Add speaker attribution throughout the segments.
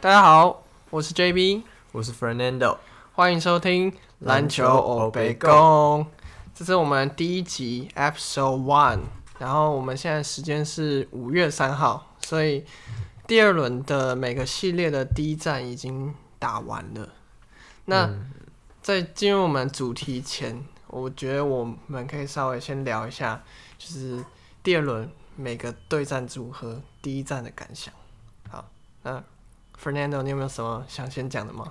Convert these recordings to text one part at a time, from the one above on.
Speaker 1: 大家好，我是 JB，
Speaker 2: 我是 Fernando，
Speaker 1: 欢迎收听篮
Speaker 2: 篮
Speaker 1: 球
Speaker 2: 球
Speaker 1: 欧
Speaker 2: 欧
Speaker 1: 北
Speaker 2: 北
Speaker 1: 共，这是我们第一集 Episode One，然后我们现在时间是五月三号，所以第二轮的每个系列的第一站已经打完了。那、
Speaker 2: 嗯
Speaker 1: 在进入我们主题前，我觉得我们可以稍微先聊一下，就是第二轮每个对战组合第一站的感想。好，那 Fernando，你有没有什么想先讲的吗？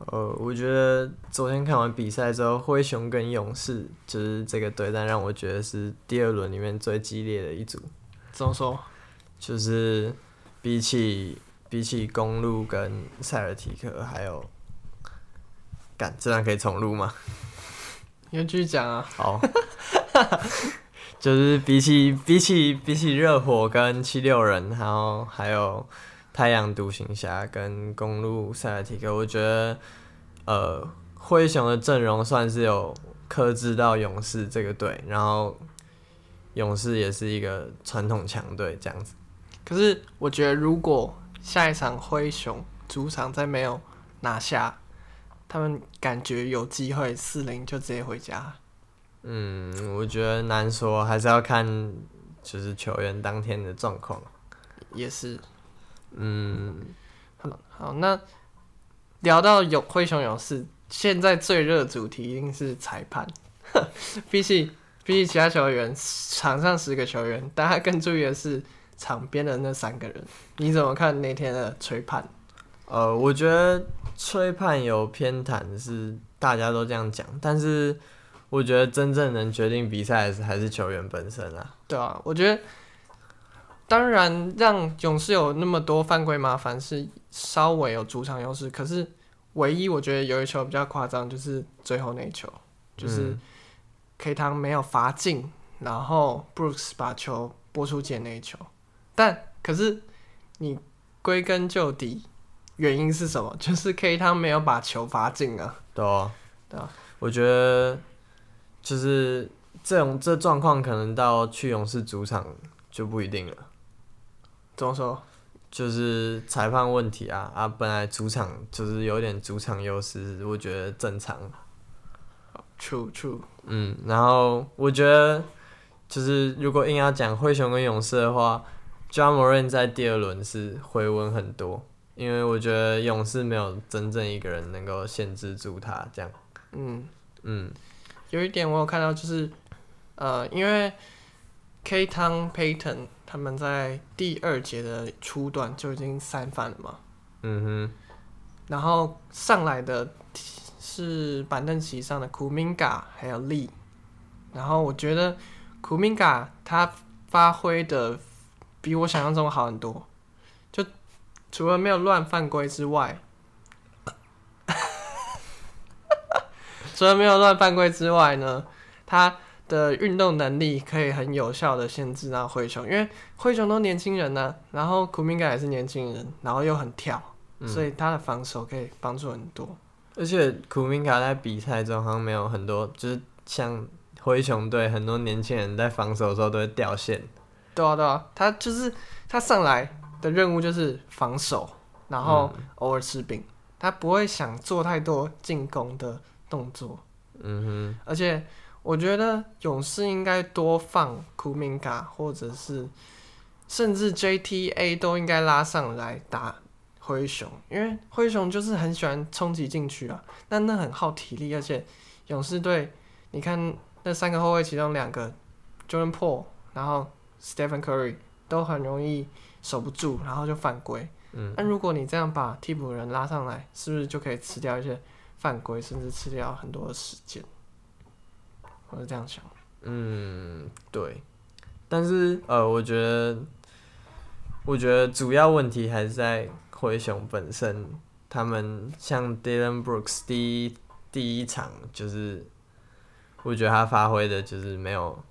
Speaker 2: 呃，我觉得昨天看完比赛之后，灰熊跟勇士就是这个对战，让我觉得是第二轮里面最激烈的一组，
Speaker 1: 怎么说？
Speaker 2: 就是比起比起公路跟塞尔提克，还有，干，这段可以重录吗？
Speaker 1: 你就继续讲啊。
Speaker 2: 好， 就是比起比起比起热火跟七六人，然后还有太阳独行侠跟公路塞尔提克，我觉得呃灰熊的阵容算是有克制到勇士这个队，然后勇士也是一个传统强队这样子。
Speaker 1: 可是我觉得，如果下一场灰熊主场再没有拿下，他们感觉有机会四零就直接回家。
Speaker 2: 嗯，我觉得难说，还是要看就是球员当天的状况。
Speaker 1: 也是，
Speaker 2: 嗯，
Speaker 1: 好，那聊到有灰熊勇士，现在最热的主题一定是裁判。 比起比起其他球员，场上十个球员，大家更注意的是场边的那三个人。你怎么看那天的吹判？
Speaker 2: 呃，我觉得吹判有偏袒是大家都这样讲，但是我觉得真正能决定比赛的是还是球员本身啊。
Speaker 1: 对啊，我觉得，当然让勇士有那么多犯规麻烦是稍微有主场优势，可是唯一我觉得有一球比较夸张，就是最后那一球，就是
Speaker 2: 嗯
Speaker 1: K 汤没有罚进，然后 Brooks 把球拨出界那一球，但可是你归根究底，原因是什么？ 就是 K 汤没有把球罚进啊。
Speaker 2: 对啊，
Speaker 1: 对啊，
Speaker 2: 我觉得就是这种这状况，可能到去勇士主场就不一定了，
Speaker 1: 怎么说？
Speaker 2: 就是裁判问题啊啊，本来主场就是有点主场优势，我觉得正常。
Speaker 1: true true，
Speaker 2: 嗯，然后我觉得就是如果硬要讲灰熊跟勇士的话 j o h n m o r a n 在第二轮是回温很多，因为我觉得勇士没有真正一个人能够限制住他这样。
Speaker 1: 嗯。
Speaker 2: 嗯，
Speaker 1: 有一点我有看到，就是呃，因为 K 汤 Payton 他们在第二节的初段就已经三犯了嘛，
Speaker 2: 嗯
Speaker 1: 然后上来的是板凳席上的 Kuminga 还有 Lee，然后我觉得 Kuminga 他发挥的比我想象中好很多，就除了没有乱犯规之外， 除了没有乱犯规之外呢，他的运动能力可以很有效的限制到灰熊，因为灰熊都年轻人呢、然后 Kuminga 也是年轻人，然后又很跳。
Speaker 2: 嗯
Speaker 1: 所以他的防守可以帮助很多。
Speaker 2: 哼，而且库明卡在比赛中好像没有很多，就是像灰熊队很多年轻人在防守的时候都会掉线。
Speaker 1: 对啊，对啊，他就是他上来的任务就是防守，然后偶尔吃饼，他不会想做太多进攻的动作。
Speaker 2: 嗯
Speaker 1: 而且我觉得勇士应该多放库明卡，或者是甚至 JTA 都应该拉上来打灰熊，因为灰熊就是很喜欢冲击进去啊，但那很耗体力，而且勇士队你看那三个后卫其中两个 Jordan p o o l 然后 Stephen Curry 都很容易守不住，然后就犯规。
Speaker 2: 嗯
Speaker 1: 那如果你这样把替补人拉上来，是不是就可以吃掉一些犯规，甚至吃掉很多的时间？我是这样想。
Speaker 2: 哼，嗯，对。但是呃，我觉得，我觉得主要问题还是在灰熊本身。他们像 Dylan Brooks 第一第一场就是，我觉得他发挥的就是没有，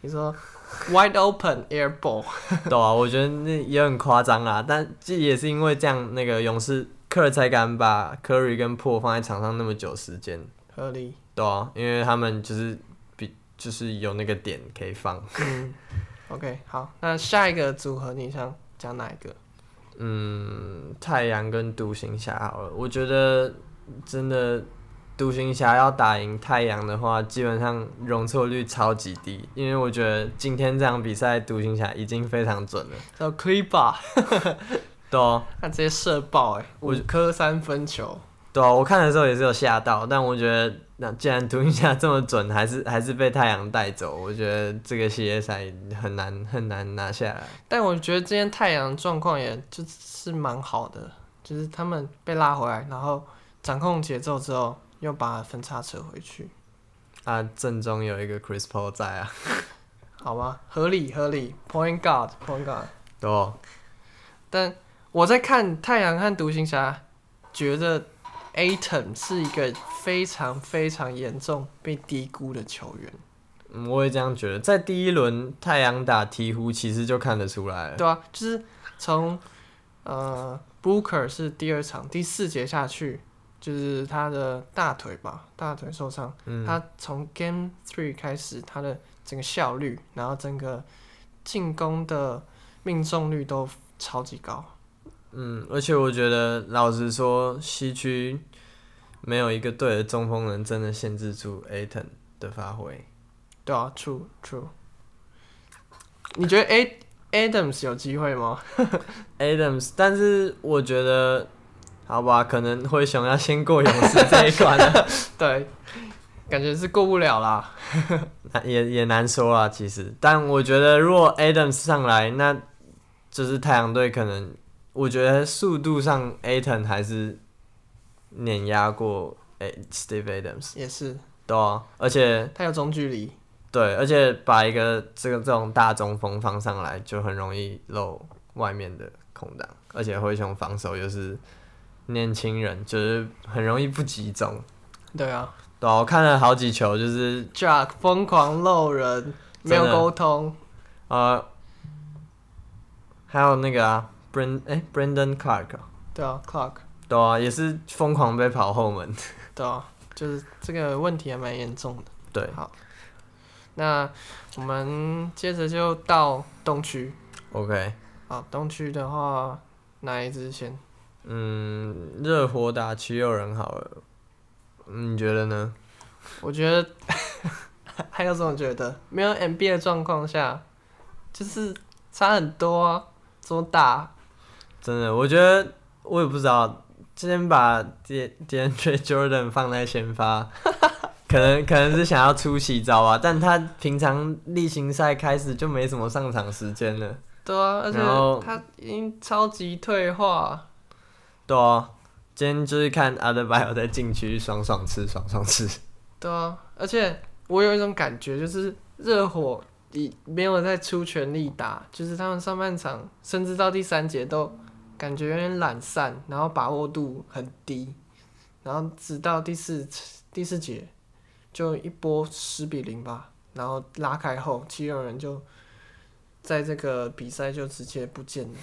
Speaker 1: 你说 wide open air ball，
Speaker 2: 对啊，我觉得那也很夸张啦。但这也是因为这样，那个勇士克尔才敢把 Curry 跟 p o 放在场上那么久时间，
Speaker 1: 合理。
Speaker 2: 对啊，因为他们就是比就是有那个点可以放。
Speaker 1: 嗯，OK，好，那下一个组合你想讲哪一个？
Speaker 2: 嗯，太阳跟独行侠好了，我觉得真的独行侠要打赢太阳的话，基本上容错率超级低，因为我觉得今天这场比赛独行侠已经非常准了，
Speaker 1: 叫 c l i b a
Speaker 2: 对啊、
Speaker 1: 他直接射爆哎、五
Speaker 2: 我
Speaker 1: 颗三分球，
Speaker 2: 对啊，我 看的时候也是有吓到，但我觉得那既然独行侠这么准，还是还是被太阳带走，我觉得这个系列赛很难很难拿下来。
Speaker 1: 但我觉得今天太阳状况也就是蛮好的，就是他们被拉回来，然后掌控节奏之后，又把分差扯回去，
Speaker 2: 啊，正中有一个 Chris Paul 在啊，
Speaker 1: 好吗？合理合理，Point Guard Point Guard。
Speaker 2: 对啊
Speaker 1: 但我在看太阳和独行侠，觉得 Aton 是一个非常非常严重被低估的球员，
Speaker 2: 嗯，我也这样觉得。在第一轮太阳打鹈鹕，其实就看得出来了。
Speaker 1: 对啊，就是从呃 Booker 是第二场第四节下去，就是他的大腿吧，大腿受伤，
Speaker 2: 嗯，
Speaker 1: 他从 Game Three 开始，他的整个效率，然后整个进攻的命中率都超级高。
Speaker 2: 嗯，而且我觉得，老实说，西区没有一个队的中锋能真的限制住 Aton 的发挥。
Speaker 1: 对啊，true true。你觉得 A Adams 有机会吗？
Speaker 2: Adams，但是我觉得，好吧，可能灰熊要先过勇士这一关了，
Speaker 1: 对，感觉是过不了啦。
Speaker 2: 也也难说啊。其实，但我觉得如果 Adams 上来，那就是太阳队可能，我觉得速度上 Aton 还是碾压过诶 Steve Adams，
Speaker 1: 也是，
Speaker 2: 对啊，而且
Speaker 1: 他有中距离，
Speaker 2: 对，而且把一个这个这种大中锋放上来，就很容易漏外面的空档，而且灰熊防守又是年轻人，就是很容易不集中。
Speaker 1: 对啊
Speaker 2: 对啊、我看了好几球，就是
Speaker 1: ，Jack 疯狂漏人，没有
Speaker 2: 真的
Speaker 1: 沟通，
Speaker 2: 呃，还有那个啊，Brand 哎、Brandon Clark，哦
Speaker 1: 对啊，Clark，
Speaker 2: 对啊，也是疯狂被跑后门。
Speaker 1: 对啊，就是这个问题还蛮严重的。
Speaker 2: 对，
Speaker 1: 好，那我们接着就到东区。
Speaker 2: OK，
Speaker 1: 好，东区的话，哪一支先？
Speaker 2: 嗯，热火打七六人好了，嗯你觉得呢？
Speaker 1: 我觉得还有这种觉得，没有 MB 的状况下，就是差很多啊，怎么打？
Speaker 2: 真的，我觉得我也不知道，之前把 D D N J Jordan 放在先发， 可能可能是想要出奇招啊，但他平常例行赛开始就没什么上场时间了，
Speaker 1: 对啊，而且
Speaker 2: 然后
Speaker 1: 他已经超级退化，
Speaker 2: 对啊，今天就是看阿德巴有在禁区爽爽吃爽爽吃，
Speaker 1: 对啊，而且我有一种感觉，就是热火已没有在出全力打，就是他们上半场甚至到第三节都感觉有点懒散，然后把握度很低，然后直到第四第四节就一波十比零吧，然后拉开后，七六人就在这个比赛就直接不见了。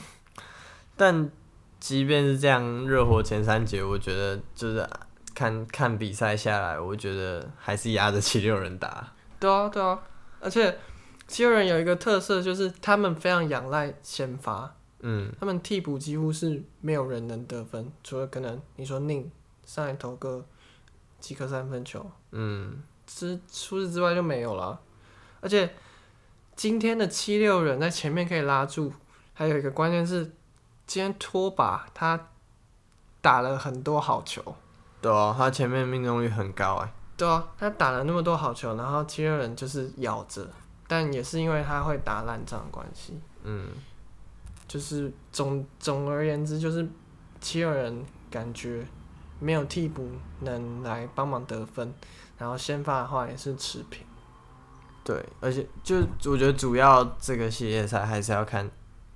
Speaker 2: 但即便是这样，热火前三节我觉得就是看看比赛下来，我觉得还是压着七六人打，
Speaker 1: 对啊，对啊，而且七六人有一个特色就是他们非常仰赖先发。
Speaker 2: 嗯，
Speaker 1: 他们替补几乎是没有人能得分，除了可能你说宁上来投个几颗三分球，嗯，之除此之外就没有了。而且今天的七六人在前面可以拉住，还有一个关键是今天拖把他打了很多好球，
Speaker 2: 对啊，他前面命中率很高啊。
Speaker 1: 对啊，他打了那么多好球，然后七六人就是咬着，但也是因为他会打烂仗的关系，
Speaker 2: 嗯，
Speaker 1: 就是总总而言之，就是七六人感觉没有替补能来帮忙得分，然后先发的话也是持平。
Speaker 2: 对，而且就我觉得主要这个系列赛还是要看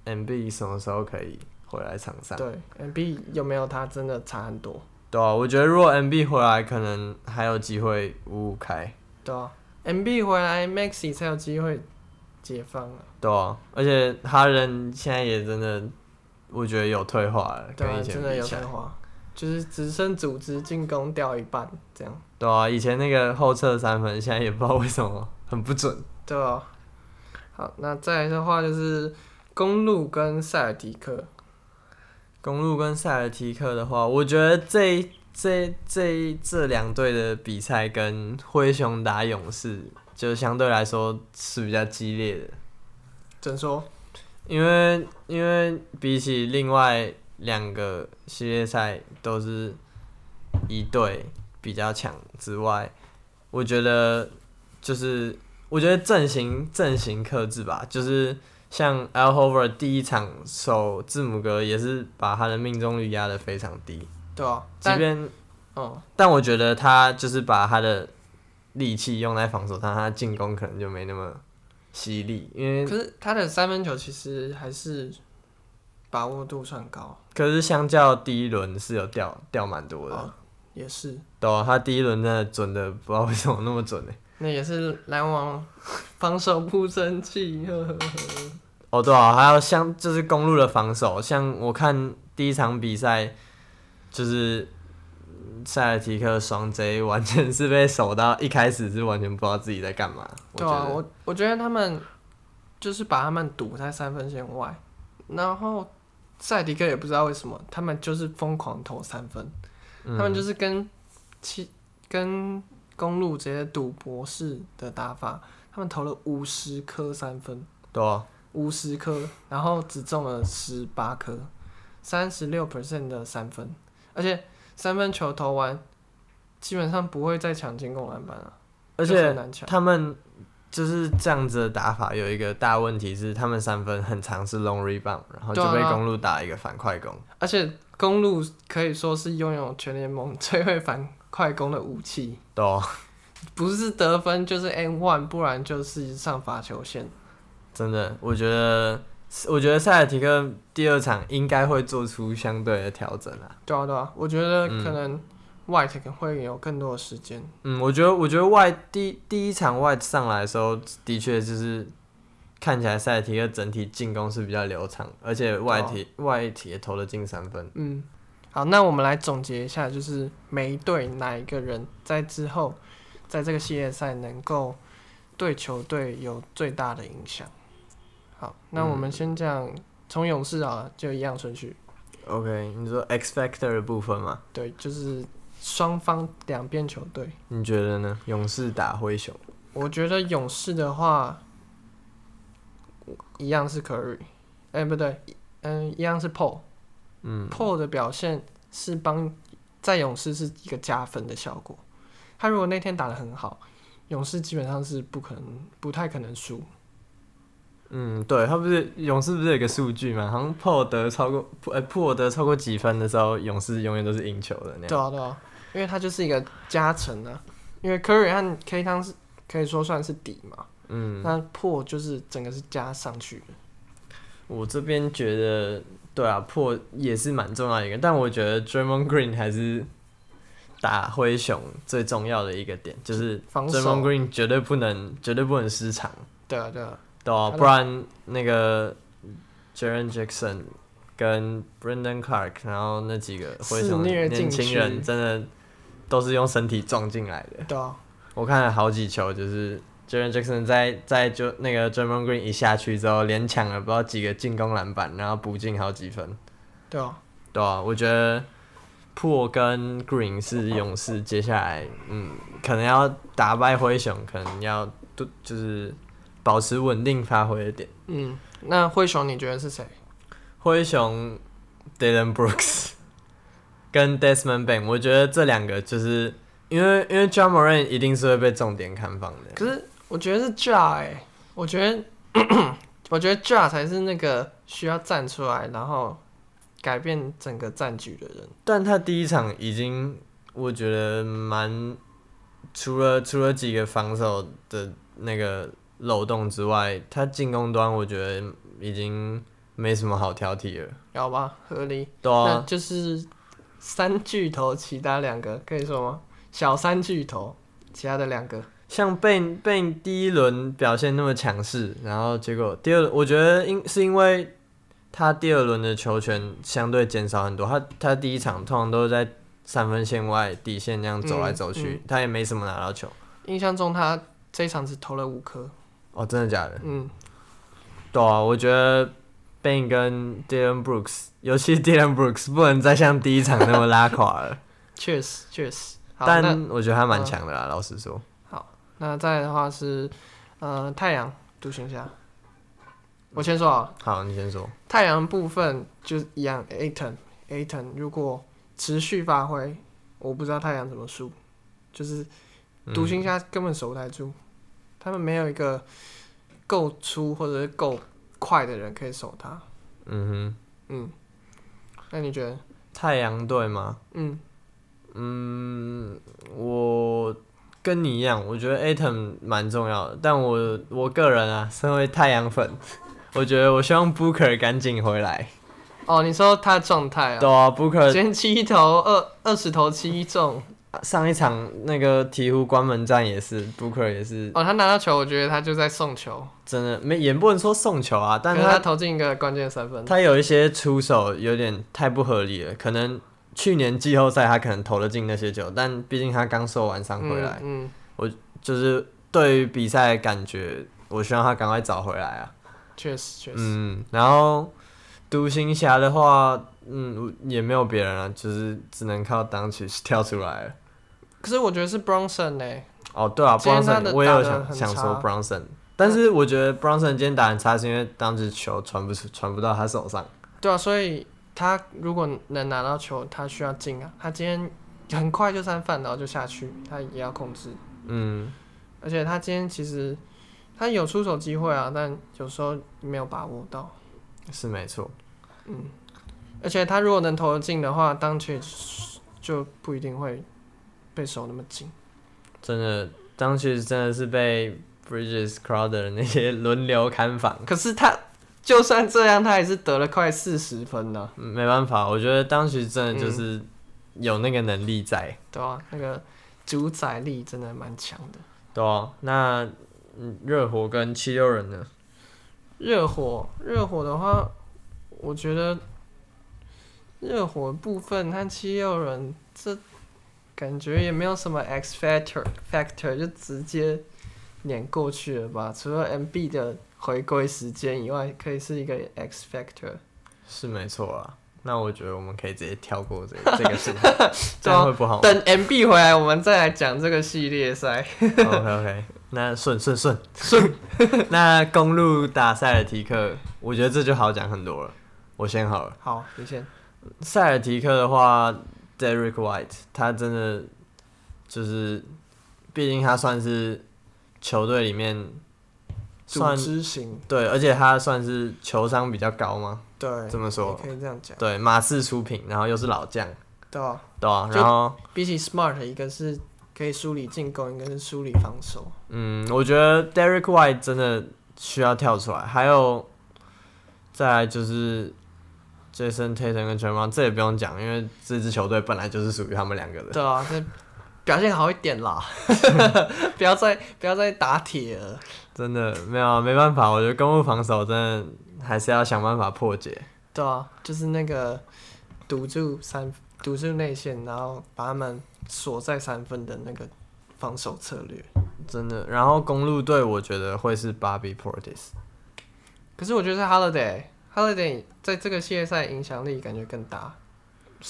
Speaker 2: MB 什么时候可以回来场上。
Speaker 1: 对，MB 有没有他真的差很多，
Speaker 2: 对啊，我觉得如果 MB 回来，可能还有机会五五开。
Speaker 1: 对啊，MB 回来，Maxi 才有机会解放啊。
Speaker 2: 对啊，而且哈人现在也真的，我觉得有退化了，
Speaker 1: 对
Speaker 2: 跟
Speaker 1: 啊，
Speaker 2: 以前
Speaker 1: 真的
Speaker 2: 比
Speaker 1: 有
Speaker 2: 起
Speaker 1: 才
Speaker 2: 来。
Speaker 1: 华，就是只剩组织进攻掉一半这样。
Speaker 2: 对啊，以前那个后撤三分，现在也不知道为什么很不 准。
Speaker 1: 对啊，好，那再来的话就是公路跟塞尔提克，
Speaker 2: 公路跟塞尔提克的话，我觉得这这这这两队的比赛跟灰熊打勇士，就相对来说是比较激烈的，
Speaker 1: 怎说？
Speaker 2: 因为因为比起另外两个系列赛都是一队比较强之外，我觉得就是我觉得阵型阵型克制吧，就是像 Al Hover 第一场守字母哥也是把他的命中率压得非常低，
Speaker 1: 对啊，
Speaker 2: 即
Speaker 1: 但
Speaker 2: 便
Speaker 1: 哦，
Speaker 2: 但我觉得他就是把他的力气用在防守上，他进攻可能就没那么犀利，因为
Speaker 1: 可是他的三分球其实还是把握度算高，啊
Speaker 2: 可是相较第一轮是有掉掉蛮多的，
Speaker 1: 哦也是，
Speaker 2: 对啊、他第一轮真的准的不知道为什么那么准呢、欸
Speaker 1: 那也是篮网防守不争气，呵呵呵
Speaker 2: 哦，对啊，还有像就是公路的防守，像我看第一场比赛，就是塞尔提克双 J 完全是被守到，一开始是完全不知道自己在干嘛。我
Speaker 1: 对
Speaker 2: 觉
Speaker 1: 啊，
Speaker 2: 得
Speaker 1: 我我觉得他们就是把他们堵在三分线外，然后赛迪克也不知道为什么，他们就是疯狂投三分，
Speaker 2: 嗯
Speaker 1: 他们就是跟七跟公路直接赌博士的打法，他们投了五十颗三分，
Speaker 2: 对啊，
Speaker 1: 五十颗，然后只中了十八颗，三十六 percent 的三分，而且三分球投完，基本上不会再抢进攻篮板了、
Speaker 2: 而
Speaker 1: 就是
Speaker 2: 且
Speaker 1: 很难抢。
Speaker 2: 他们就是这样子的打法，有一个大问题是他们三分很常是 long rebound，然后就
Speaker 1: 对
Speaker 2: 被
Speaker 1: 啊
Speaker 2: 公路打一个反快攻。
Speaker 1: 而且公路可以说是拥有全联盟最会反快攻的武器，
Speaker 2: 对啊、
Speaker 1: 不是得分就是 N one，不然就是上罚球线。
Speaker 2: 真的，我觉得，我觉得塞尔提克第二场应该会做出相对的调整啊。
Speaker 1: 对啊对啊，我觉得可能 White 可能会有更多的时间。
Speaker 2: 嗯，我觉得，我觉得外第第一场外上来的时候，的确就是看起来塞尔提克整体进攻是比较流畅，而且外提、外提也投了进三分。
Speaker 1: 嗯，好，那我们来总结一下，就是每一队哪一个人在之后，在这个系列赛能够对球队有最大的影响。好，那我们先讲从勇士啊，就一样顺序，
Speaker 2: OK，你说 X Factor 的部分嘛？
Speaker 1: 对，就是双方两边球队。
Speaker 2: 你觉得呢？勇士打灰熊，
Speaker 1: 我觉得勇士的话，一样是 Curry，哎、不对，嗯，一样是 Paul。
Speaker 2: 嗯
Speaker 1: Paul 的表现是帮在勇士是一个加分的效果。他如果那天打得很好，勇士基本上是不可能、不太可能输。
Speaker 2: 嗯，对他不是勇士不是有个数据嘛？好像破得超过破呃破得超过几分的时候，勇士永远都是赢球的那样。
Speaker 1: 对啊，对啊，因为他就是一个加成啊。因为 Curry 和 K 汤是可以说算是底嘛，
Speaker 2: 嗯，
Speaker 1: 那 Paul 就是整个是加上去的。
Speaker 2: 我这边觉得，对啊，破也是蛮重要的一个，但我觉得 Draymond Green 还是打灰熊最重要的一个点，就是
Speaker 1: 防
Speaker 2: Draymond
Speaker 1: 守，
Speaker 2: Green 绝对不能绝对不能失常，
Speaker 1: 对啊，对啊，
Speaker 2: 对啊，
Speaker 1: 他的
Speaker 2: 不然那个 Jaren Jackson 跟 Brendan Clark，然后那几个灰熊
Speaker 1: 肆
Speaker 2: 的
Speaker 1: 虐禁
Speaker 2: 年轻人
Speaker 1: 区
Speaker 2: 真的都是用身体撞进来的，
Speaker 1: 对啊，
Speaker 2: 我看了好几球，就是 Jaren Jackson 在在就那个 Draymond Green 一下去之后，连抢了不知道几个进攻篮板，然后补进好几分。
Speaker 1: 对啊，
Speaker 2: 对啊，我觉得破跟 Green 是勇士接下来嗯，可能要打败灰熊，可能要都就是保持稳定发挥的点。
Speaker 1: 嗯。那灰熊你觉得是谁？
Speaker 2: 灰熊 Dylan Brooks 跟 Desmond Bain，我觉得这两个就是因为因为 j o h n m o r a n 一定是会被重点看防的。
Speaker 1: 可是我觉得是 Ja 哎、我觉得 我觉得 Ja 才是那个需要站出来，然后改变整个战局的人。
Speaker 2: 但他第一场已经，我觉得蛮，除了除了几个防守的那个漏洞之外，他进攻端我觉得已经没什么好挑剔了。
Speaker 1: 好吧，合理。
Speaker 2: 对
Speaker 1: 那
Speaker 2: 啊，
Speaker 1: 就是三巨头，其他两个可以说吗？小三巨头，其他的两个，
Speaker 2: 像贝贝第一轮表现那么强势，然后结果第二，我觉得因是因为他第二轮的球权相对减少很多，他他第一场通常都是在三分线外底线那样走来走
Speaker 1: 嗯
Speaker 2: 去，他也没什么拿到球。
Speaker 1: 印象中他这一场只投了五颗。
Speaker 2: 哦，真的假的？
Speaker 1: 嗯，
Speaker 2: 对啊，我觉得 Bain 跟 Dylan Brooks，尤 其是 Dylan Brooks 不能再像第一场那么拉垮 了。
Speaker 1: 确实确实。好，那
Speaker 2: 但我觉得他蛮强的啦，老实说。
Speaker 1: 那再来的话是，呃，太阳独行侠。我先说啊好了，
Speaker 2: 好，你先说。
Speaker 1: 太阳部分就是一样，Aton Aton 如果持续发挥，我不知道太阳怎么输，就是
Speaker 2: 嗯
Speaker 1: 独行侠根本守不太住，他们没有一个够粗或者是够快的人可以守他。
Speaker 2: 嗯
Speaker 1: 嗯，那你觉得？
Speaker 2: 哼，太阳队吗？
Speaker 1: 嗯，
Speaker 2: 嗯，我跟你一样，我觉得 Atom 蛮重要的，但我我个人啊，身为太阳粉， 我觉得我希望 Booker 赶紧回来。
Speaker 1: 哦，你说他的状态啊，
Speaker 2: 对啊，Booker
Speaker 1: 今天七投二二十投七中，
Speaker 2: 上一场那个鹈鹕关门战也是，Booker 也是
Speaker 1: 哦，他拿到球，我觉得他就在送球，
Speaker 2: 真的没也不能说送球啊，但
Speaker 1: 可是他
Speaker 2: 他
Speaker 1: 投进一个关键三分。
Speaker 2: 他有一些出手有点太不合理了，可能去年季后赛他可能投得进那些球，但毕竟他刚受完伤回来，
Speaker 1: 嗯，
Speaker 2: 就是对于比赛的感觉，我希望他赶快找回来啊。
Speaker 1: 嗯确实确实，
Speaker 2: 嗯，然后独行侠的话，嗯，也没有别人了、就是只能靠当曲跳出来了。
Speaker 1: 可是我觉得是 Bronson 欸呢、
Speaker 2: 哦，对啊
Speaker 1: 今天他的
Speaker 2: ，Bronson，我也有
Speaker 1: 打得
Speaker 2: 想
Speaker 1: 很
Speaker 2: 想说
Speaker 1: 差
Speaker 2: Bronson，但是我觉得 Bronson 今天打很差，是因为当时球传不出，传不到他手上。
Speaker 1: 对啊，所以他如果能拿到球，他需要进啊。他今天很快就三犯，然后就下去，他也要控制。
Speaker 2: 嗯，
Speaker 1: 而且他今天其实他有出手机会啊，但有时候没有把握到。
Speaker 2: 是没错。
Speaker 1: 而且他如果能投得进的话，当前就不一定会被守那么紧。
Speaker 2: 真的，当时真的是被 Bridges Crowder 那些轮流看防，
Speaker 1: 可是他就算这样，他也是得了快四十分呢、
Speaker 2: 嗯没办法，我觉得当时真的就是有那个能力在，
Speaker 1: 对吧、啊那个主宰力真的蛮强的。
Speaker 2: 对啊，那嗯热火跟七六人呢？
Speaker 1: 热火，热火的话，我觉得热火部分和七六人这感觉也没有什么 X factor factor，就直接碾过去了吧。除了 MB 的回归时间以外，可以是一个 X factor。
Speaker 2: 是没错啦。那我觉得我们可以直接跳过这 个这个事情，这样会不好吗。
Speaker 1: 等 MB 回来，我们再来讲这个系列赛。
Speaker 2: OK OK，那顺顺顺顺。那公路打塞尔提克，我觉得这就好讲很多了。我先好了。
Speaker 1: 好，你先。
Speaker 2: 塞尔提克的话，Derek White，他真的就是，毕竟他算是球队里面
Speaker 1: 组
Speaker 2: 算
Speaker 1: 织型，
Speaker 2: 对，而且他算是球商比较高吗？
Speaker 1: 对，
Speaker 2: 这么
Speaker 1: 也
Speaker 2: 说，
Speaker 1: 可以这样讲，
Speaker 2: 对，马刺出品，然后又是老将，
Speaker 1: 对吧、
Speaker 2: 对啊，
Speaker 1: 就
Speaker 2: 然后
Speaker 1: 比起 Smart，一个是可以梳理进攻，一个是梳理防守。
Speaker 2: 嗯，我觉得 Derek White 真的需要跳出来，还有再来就是 Jason Tatum 跟 t r a m o n 这也不用讲，因为这支球队本来就是属于他们两个的。
Speaker 1: 对啊，这表现好一点 啦，不要再不要再打铁了。
Speaker 2: 真的没有啊没办法，我觉得公路防守真的还是要想办法破解。
Speaker 1: 对啊，就是那个堵住三堵住内线，然后把他们锁在三分的那个防守策略。
Speaker 2: 真的，然后公路队我觉得会是 Bobby Portis，
Speaker 1: 可是我觉得 Holiday，Holiday 在这个系列赛影响力感觉更大，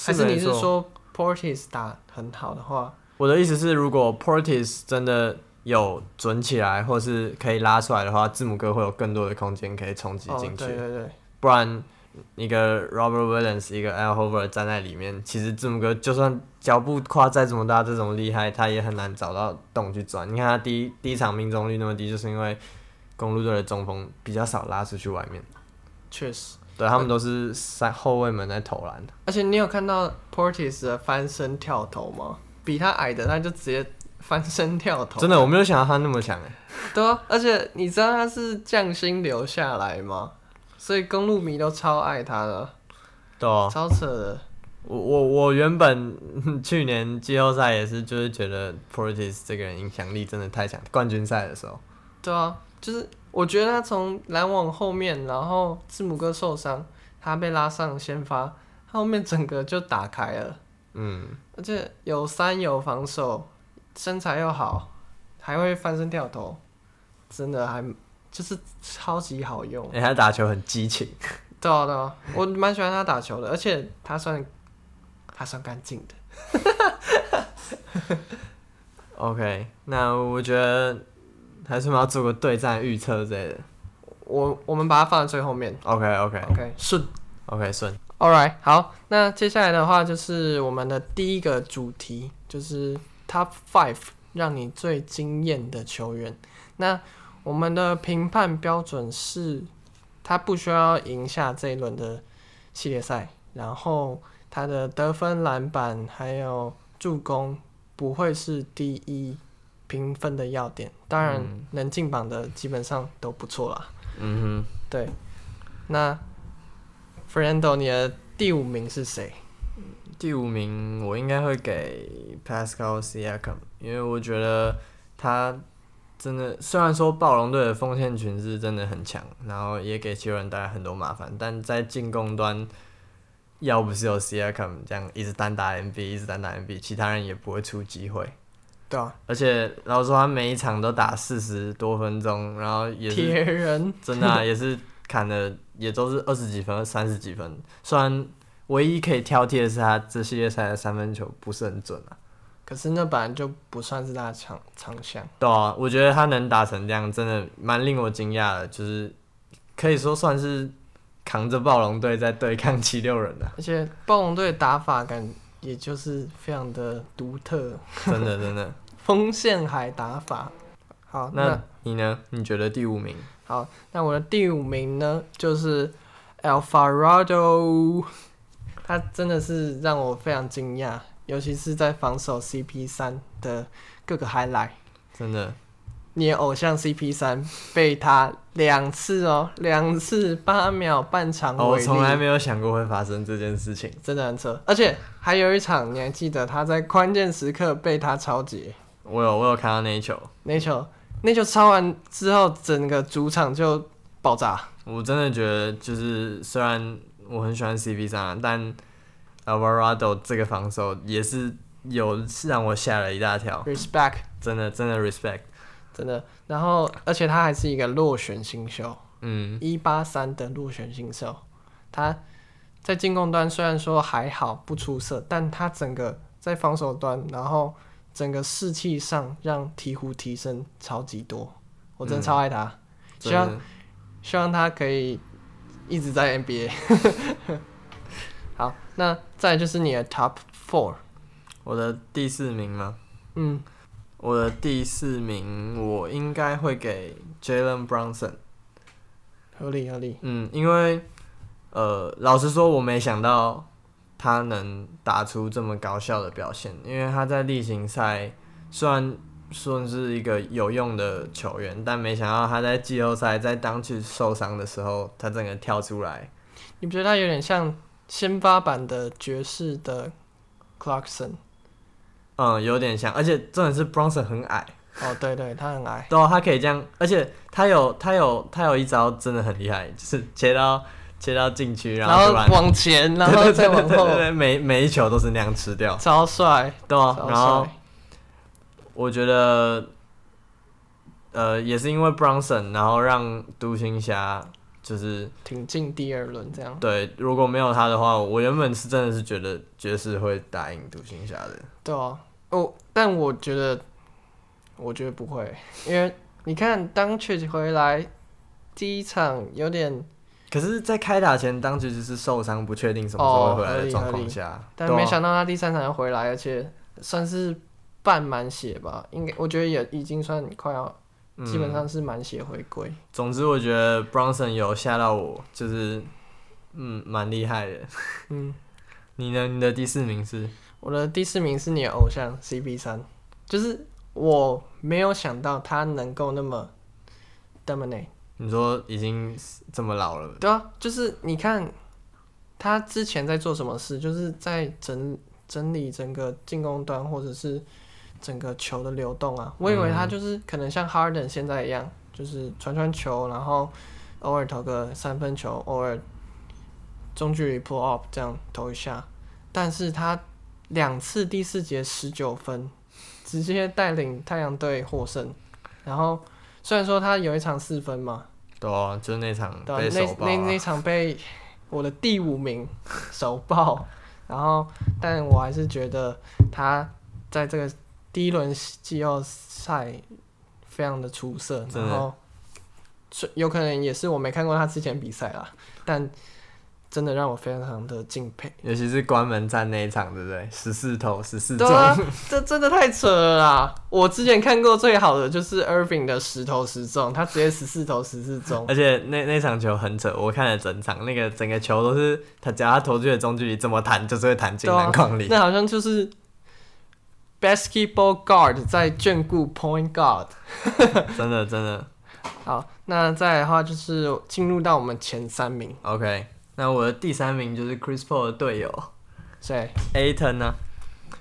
Speaker 1: 还是
Speaker 2: 没
Speaker 1: 你是
Speaker 2: 错
Speaker 1: 说 Portis 打很好的话，
Speaker 2: 我的意思是，如果 Portis 真的有准起来，或是可以拉出来的话，字母哥会有更多的空间可以冲击
Speaker 1: 哦，
Speaker 2: 进
Speaker 1: 对
Speaker 2: 去。
Speaker 1: 对对，
Speaker 2: 不然一个 Robert Williams 一个 Al Hover 站在里面，其实字母哥就算脚步跨再怎么大，这种厉害，他也很难找到洞去钻。你看他第一第一场命中率那么低，就是因为公路队的中锋比较少拉出去外面，
Speaker 1: 确实。
Speaker 2: 对他们都是三后卫们在投篮。
Speaker 1: 而且你有看到 Portis 的翻身跳投吗？比他矮的他就直接翻身跳投，
Speaker 2: 真的，我没有想到他那么强哎。
Speaker 1: 对啊，而且你知道他是匠心留下来吗？所以公路迷都超爱他的，
Speaker 2: 对哦，
Speaker 1: 超扯的。
Speaker 2: 我我我原本嗯去年季后赛也是，就是觉得 Portis 这个人影响力真的太强，冠军赛的时候。
Speaker 1: 对啊，就是我觉得他从篮网后面，然后字母哥受伤，他被拉上先发，他后面整个就打开了，
Speaker 2: 嗯，
Speaker 1: 而且有三有防守，身材又好，还会翻身跳投，真的还就是超级好用。
Speaker 2: 哎、他打球很激情，
Speaker 1: 对啊对啊，我蛮喜欢他打球的，而且他算他算干净的。
Speaker 2: OK，那我觉得还是我们要做个对战预测之类的。
Speaker 1: 我我们把它放在最后面
Speaker 2: OK OK
Speaker 1: ，OK，顺。
Speaker 2: OK，顺
Speaker 1: Alright，好，那接下来的话就是我们的第一个主题，就是 Top Five 让你最惊艳的球员。那我们的评判标准是，他不需要赢下这一轮的系列赛，然后他的得分、篮板还有助攻不会是第一评分的要点。当然，能进榜的基本上都不错啦。
Speaker 2: 嗯
Speaker 1: 对，那 Fernando，你的第五名是谁？
Speaker 2: 哼，第五名我应该会给 Pascal Siakam，因为我觉得他真的虽然说暴龙队的锋线群是真的很强，然后也给球人带来很多麻烦，但在进攻端。要不是有 Siakam 这样一直单打 MB，一直单打 MB，其他人也不会出机会。
Speaker 1: 对啊，
Speaker 2: 而且老实说，他每一场都打四十多分钟，然后也是
Speaker 1: 铁人。
Speaker 2: 真的 啊、也是砍的，也都是二十几分、三十几分。虽然唯一可以挑剔的是他这系列赛的三分球不是很准啊。
Speaker 1: 可是那本来就不算是他的强强项。
Speaker 2: 对啊，我觉得他能打成这样，真的蛮令我惊讶的，就是可以说算是扛着暴龙队在对抗七六人的、啊
Speaker 1: 而且暴龙队打法感也就是非常的独特，
Speaker 2: 真的真的。
Speaker 1: 锋线海打法。好，那
Speaker 2: 那你呢？你觉得第五名？
Speaker 1: 好，那我的第五名呢，就是 Alfarado，他 真的是让我非常惊讶，尤其是在防守 CP 三的各个 highlight。
Speaker 2: 真的，
Speaker 1: 你的偶像 CP 三被他两次哦，两次八秒半场
Speaker 2: 哦我
Speaker 1: 违
Speaker 2: 从来
Speaker 1: 例，
Speaker 2: 没有想过会发生这件事情。
Speaker 1: 真的很扯。而且还有一场，你还记得他在关键时刻被他超截
Speaker 2: 我有我有看到那一球，
Speaker 1: 那球，那球超完之后，整个主场就爆炸。
Speaker 2: 我真的觉得，就是虽然我很喜欢 CP 三、啊，但 Alvarado 这个防守也是有让我吓了一大跳，
Speaker 1: Respect，
Speaker 2: 真的真的 respect。
Speaker 1: 真的。然后，而且他还是一个落选新秀，
Speaker 2: 嗯，
Speaker 1: 一八三的落选新秀。他在进攻端虽然说还好不出色，但他整个在防守端，然后整个士气上让鹈鹕提升超级多。我真的超爱他，
Speaker 2: 真
Speaker 1: 希望
Speaker 2: 的
Speaker 1: 希望他可以一直在 NBA。好，那再来就是你的 Top Four，
Speaker 2: 我的第四名吗？
Speaker 1: 嗯，
Speaker 2: 我的第四名我应该会给 Jalen Brunson。
Speaker 1: 合理合理，
Speaker 2: 嗯，因为呃，老实说，我没想到他能打出这么高效的表现，因为他在例行赛虽然算是一个有用的球员，但没想到他在季后赛在当去受伤的时候，他整个跳出来。
Speaker 1: 你不觉得他有点像先发版的爵士的 Clarkson？
Speaker 2: 嗯，有点像，而且重点是 Bronson 很矮，
Speaker 1: 哦，对对，他很矮，
Speaker 2: 对啊、他可以这样，而且他有他有他有一招真的很厉害，就是切到切到禁区，
Speaker 1: 然
Speaker 2: 后
Speaker 1: 后
Speaker 2: 突然，
Speaker 1: 往前，然后再往
Speaker 2: 对对对
Speaker 1: 后
Speaker 2: 对，对每每一球都是那样吃掉，
Speaker 1: 超帅，
Speaker 2: 对啊、
Speaker 1: 超
Speaker 2: 然后
Speaker 1: 帅，
Speaker 2: 我觉得，呃，也是因为 Bronson，然后让独行侠就是
Speaker 1: 挺进第二轮这样。
Speaker 2: 对，如果没有他的话，我原本是真的是觉得爵士会打赢独行侠的。
Speaker 1: 对啊，哦，但我觉得，我觉得不会，因为你看，当 c h 回来第一场有点，
Speaker 2: 可是，在开打前，当局就是受伤，不确定什么时候会回来
Speaker 1: 哦合
Speaker 2: 的
Speaker 1: 理
Speaker 2: 状况下，
Speaker 1: 但
Speaker 2: 对啊
Speaker 1: 没想到他第三场又回来，而且算是半满血吧，应该我觉得也已经算快要，
Speaker 2: 嗯
Speaker 1: 基本上是满血回归。
Speaker 2: 总之，我觉得 Bronson 有吓到我，就是嗯，蛮厉害的。
Speaker 1: 嗯，
Speaker 2: 你呢？你的第四名是？
Speaker 1: 我的第四名是你的偶像 CP 三，就是我没有想到他能够那么 dominate。
Speaker 2: 你说已经这么老了，
Speaker 1: 对啊，就是你看他之前在做什么事，就是在整整理整个进攻端或者是整个球的流动啊。我以为他就是可能像 Harden 现在一样，就是传传球，然后偶尔投个三分球，偶尔中距离 pull up 这样投一下。但是他两次第四节十九分，直接带领太阳队获胜。然后虽然说他有一场四分嘛，
Speaker 2: 对啊，就是那场
Speaker 1: 对啊、
Speaker 2: 被手爆、
Speaker 1: 那那
Speaker 2: 啊。
Speaker 1: 那场被我的第五名，首报。然后，但我还是觉得他在这个第一轮季后赛非常的出色，
Speaker 2: 真的
Speaker 1: 然后是有可能也是我没看过他之前比赛啦，但真的让我非常的敬佩。
Speaker 2: 尤其是关门战那一场，对不对？十四投十四
Speaker 1: 对
Speaker 2: 中，
Speaker 1: 啊，这真的太扯了啦！我之前看过最好的就是 Irving 的十投十中，他直接十四投十四中，
Speaker 2: 而且那那场球很扯，我看了整场，那个整个球都是他，只要他投进的中距离怎么弹，就是会弹进
Speaker 1: 对啊
Speaker 2: 篮筐里。
Speaker 1: 那好像就是 basketball guard 在眷顾 point guard。
Speaker 2: 真的真的
Speaker 1: 好，那再来的话就是进入到我们前三名，
Speaker 2: ，OK。那我的第三名就是 Chris Paul 的队友
Speaker 1: 谁
Speaker 2: Aton 呢、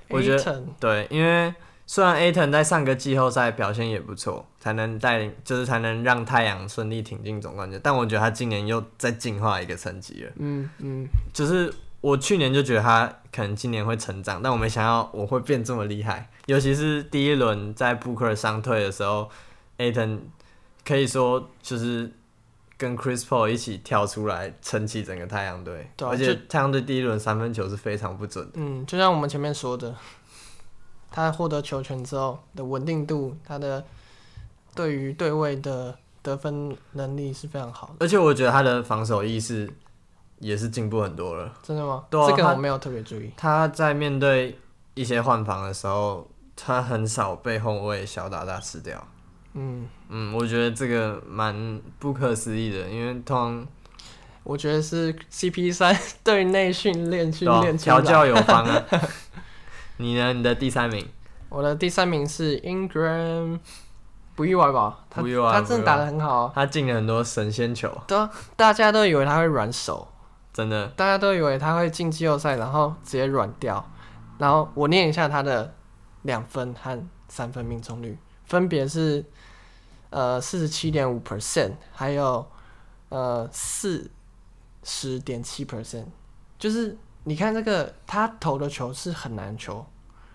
Speaker 2: 我觉得
Speaker 1: Ayton
Speaker 2: 对，因为虽然 Aton 在上个季后赛表现也不错，才能带领，就是才能让太阳顺利挺进总冠军，但我觉得他今年又再进化一个层级了。
Speaker 1: 嗯嗯，
Speaker 2: 就是我去年就觉得他可能今年会成长，但我没想到我会变这么厉害，尤其是第一轮在 Booker 伤退的时候，Aton 可以说就是。跟 Chris Paul 一起跳出来撑起整个太阳队，
Speaker 1: 对啊
Speaker 2: 而
Speaker 1: 就
Speaker 2: 且太阳队第一轮三分球是非常不准的
Speaker 1: 嗯，就像我们前面说的，他获得球权之后的稳定度，他的对于对位的得分能力是非常好的。
Speaker 2: 而且我觉得他的防守意识也是进步很多了。
Speaker 1: 真的吗？
Speaker 2: 对啊
Speaker 1: 这个
Speaker 2: 他
Speaker 1: 我没有特别注意。
Speaker 2: 他在面对一些换防的时候，他很少被后卫小打大吃掉。
Speaker 1: 嗯，
Speaker 2: 嗯，我觉得这个蛮不可思议的，因为通
Speaker 1: 我觉得是 CP 三 对内训练训
Speaker 2: 常对啊
Speaker 1: 练出
Speaker 2: 调
Speaker 1: 来。
Speaker 2: 教有 方啊。你呢？你的第三名
Speaker 1: 我的第三名是 Ingram，不意外吧？他
Speaker 2: 不意外
Speaker 1: 他真
Speaker 2: 不
Speaker 1: 的
Speaker 2: 意外
Speaker 1: 打得很好啊。
Speaker 2: 他进了很多神仙球，
Speaker 1: 对啊，大家都以为他会软手，
Speaker 2: 真的
Speaker 1: 大家都以为他会进季后赛，然后直接软掉。然后我念一下他的两分和三分命中率，分别是呃四十七点五 percent，还有呃四十点七 percent。就是你看这个他投的球是很难球，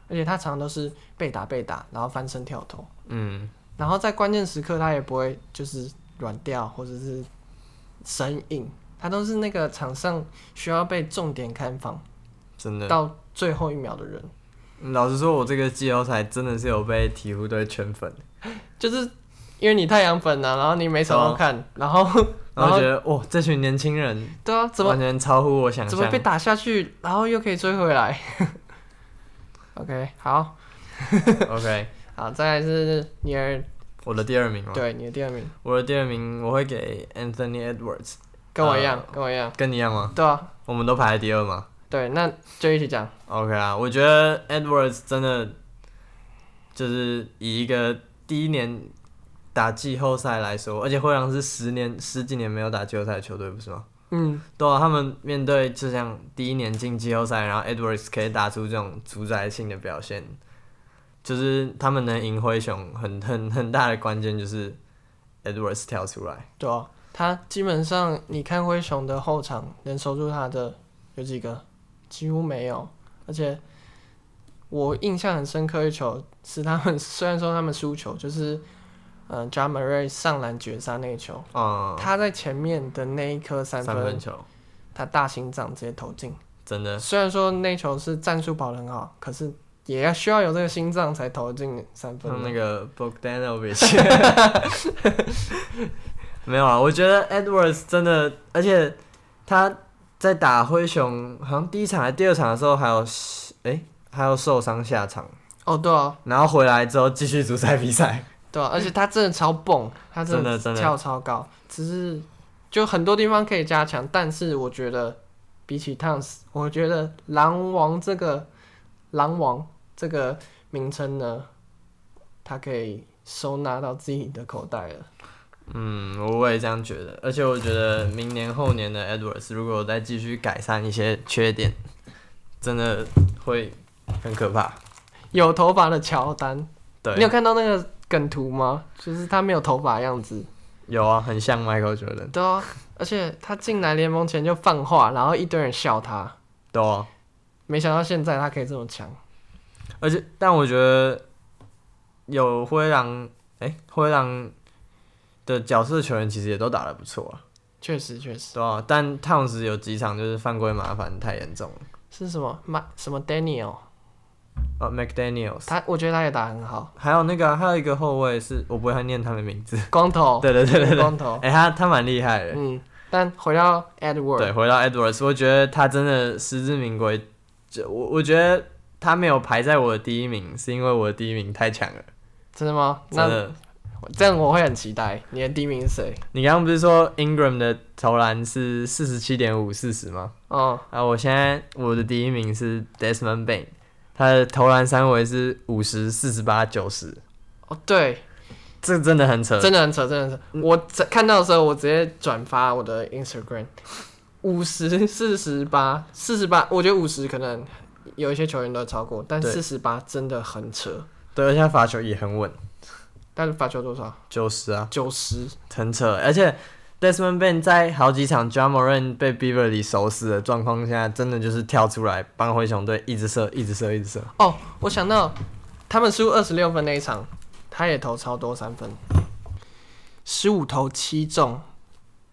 Speaker 1: 而且他常常都是被打被打，然后翻身跳投，
Speaker 2: 嗯，
Speaker 1: 然后在关键时刻他也不会就是软掉或者是神隐，他都是那个场上需要被重点看防
Speaker 2: 真的。
Speaker 1: 到最后一秒的人，
Speaker 2: 老实说，我这个季后赛真的是有被鹈鹕队圈粉，
Speaker 1: 就是因为你太阳粉啊，然后你没什么
Speaker 2: 哦
Speaker 1: 看，然 后
Speaker 2: 然
Speaker 1: 然
Speaker 2: 后
Speaker 1: 后
Speaker 2: 觉得哇，这群年轻人
Speaker 1: 对啊，怎么
Speaker 2: 完全超乎我想
Speaker 1: 怎么
Speaker 2: 象
Speaker 1: 被。打下去，然后又可以追回来 ？OK，好，
Speaker 2: OK，
Speaker 1: 好，再来是你的
Speaker 2: 我的第二名吗？
Speaker 1: 对你的第二名，
Speaker 2: 我的第二名我会给 Anthony Edwards，
Speaker 1: 跟我一样
Speaker 2: 呃，
Speaker 1: 跟我一样，
Speaker 2: 跟你一样吗？
Speaker 1: 对啊，
Speaker 2: 我们都排在第二吗
Speaker 1: 对，那就一起讲，
Speaker 2: ？OK 啊，我觉得 Edwards 真的就是以一个第一年打季后赛来说，而且灰狼是十年十几年没有打季后赛的球队，不是吗？
Speaker 1: 嗯，
Speaker 2: 对啊，他们面对就像第一年进季后赛，然后 Edwards 可以打出这种主宰性的表现，就是他们能赢灰熊很很很大的关键就是 Edwards 跳出来。
Speaker 1: 对啊，他基本上你看灰熊的后场能守住他的有几个，几乎没有。而且我印象很深刻一球是他们虽然说他们输球，就是嗯 j a m a r a y 上篮绝杀那一球，
Speaker 2: 嗯，
Speaker 1: 他在前面的那一颗三分，
Speaker 2: 分球
Speaker 1: 他大心脏直接投进。
Speaker 2: 真的
Speaker 1: 虽然说那一球是战术跑得很好，可是也要需要有这个心脏才投进三分
Speaker 2: 像
Speaker 1: 嘛。
Speaker 2: 那个 Bogdanovich，没有啊，我觉得 Edwards 真的，而且他在打灰熊，好像第一场还是第二场的时候，还有哎、还有受伤下场，
Speaker 1: 哦，对啊，
Speaker 2: 然后回来之后继续主赛比赛，
Speaker 1: 对啊，而且他真的超蹦，他真
Speaker 2: 真的
Speaker 1: 的
Speaker 2: 真的
Speaker 1: 跳超高，只是就很多地方可以加强，但是我觉得比起 Towns，我觉得狼王这个狼王这个名称呢，他可以收纳到自己的口袋了。
Speaker 2: 嗯，我也这样觉得，而且我觉得明年后年的 Edwards 如果再继续改善一些缺点，真的会很可怕。
Speaker 1: 有头发的乔丹，
Speaker 2: 对，
Speaker 1: 你有看到那个梗图吗？就是他没有头发的样子，
Speaker 2: 有啊，很像 Michael Jordan，
Speaker 1: 对啊，而且他进来联盟前就放话，然后一堆人笑他，
Speaker 2: 对啊。
Speaker 1: 没想到现在他可以这么强。
Speaker 2: 而且，但我觉得有灰狼，哎、灰狼的角色球员其实也都打得不错啊。
Speaker 1: 确实确实
Speaker 2: 对啊，但 Towns 有几场就是犯规麻烦太严重了。
Speaker 1: 是什么马什么 Daniel，
Speaker 2: 哦，McDaniel's，
Speaker 1: 他我觉得他也打得很好，
Speaker 2: 还有那个啊还有一个后卫是我不会念他的名字。
Speaker 1: 光头，
Speaker 2: 对对对对对，
Speaker 1: 光头，
Speaker 2: 哎，他他蛮厉害的。
Speaker 1: 嗯，但回到 Edward，
Speaker 2: 对，回到 Edwards，我觉得他真的实至名归。就我我觉得他没有排在我的第一名，是因为我的第一名太强了。
Speaker 1: 真的吗？
Speaker 2: 真
Speaker 1: 那
Speaker 2: 的，
Speaker 1: 这样我会很期待你的第一名是谁？
Speaker 2: 你刚刚不是说 Ingram 的投篮是四十七点五四十吗？
Speaker 1: 哦，
Speaker 2: 啊，我现在我的第一名是 Desmond Bain，他的投篮三围是五十四十八九十，
Speaker 1: 哦对，
Speaker 2: 这真的很扯。
Speaker 1: 真的很扯，真的很
Speaker 2: 嗯
Speaker 1: 扯。我在看到的时候，我直接转发我的 Instagram，五十、 四十八、四十八，我觉得五十可能有一些球员都超过，但
Speaker 2: 对
Speaker 1: 四十八真的很扯。
Speaker 2: 对，而且他罚球也很稳，
Speaker 1: 但是罚球多少？
Speaker 2: 九十啊，
Speaker 1: 九十，
Speaker 2: 很扯。而且 Desmond Bain 在好几场 j a m o r a n 被 Beverly 守死的状况下，真的就是跳出来帮灰熊队一直射，一直射，一直射。
Speaker 1: 哦，我想到他们输二十六分那一场，他也投超多三分，十五投七中，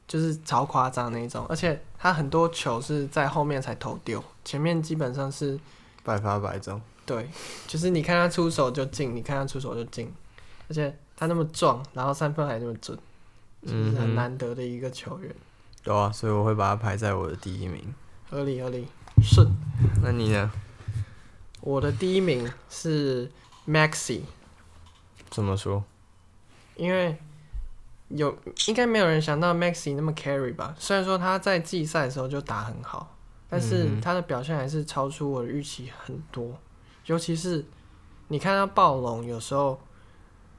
Speaker 1: 就是超夸张那一种。而且他很多球是在后面才投丢，前面基本上是
Speaker 2: 百发百中，
Speaker 1: 对，就是你看他出手就进，你看他出手就进，而且他那么壮，然后三分还那么准，就是很难得的一个球员，
Speaker 2: 对啊，所以我会把他排在我的第一名。
Speaker 1: 合理合理顺。
Speaker 2: 那你呢？
Speaker 1: 我的第一名是 Maxi，
Speaker 2: 怎么说？
Speaker 1: 因为有应该没有人想到 Maxi 那么 carry 吧？虽然说他在季赛的时候就打很好，但是他的表现还是超出我的预期很多。尤其是你看他暴龙有时候，